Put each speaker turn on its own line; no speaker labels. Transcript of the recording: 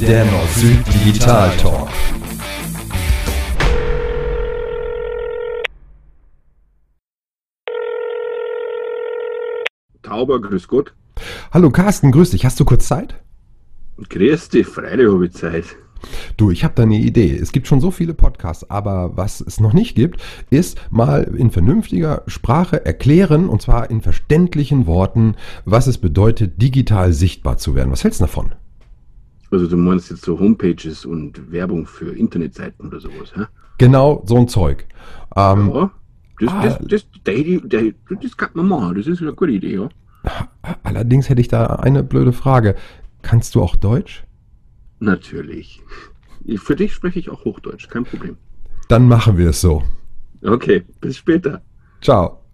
Der Nord-Süd Digital Talk.
Tauber, grüß Gott.
Hallo Carsten, grüß dich. Hast du kurz Zeit?
Grüß dich, Freilich habe ich Zeit.
Du, ich habe da eine Idee. Es gibt schon so viele Podcasts, aber was es noch nicht gibt, ist mal in vernünftiger Sprache erklären, und zwar in verständlichen Worten, was es bedeutet, digital sichtbar zu werden. Was hältst du davon?
Also du meinst jetzt so Homepages und Werbung für Internetseiten oder sowas, hä?
Genau so ein Zeug. Ähm,
Ja, das,
Ah.
das, das, da hätte ich- da hätte- das kann man machen, das ist eine gute Idee, ja.
Allerdings hätte ich da eine blöde Frage. Kannst du auch Deutsch?
Natürlich. Ich- Für dich spreche ich auch Hochdeutsch, kein Problem.
Dann machen wir es so.
Okay, bis später.
Ciao.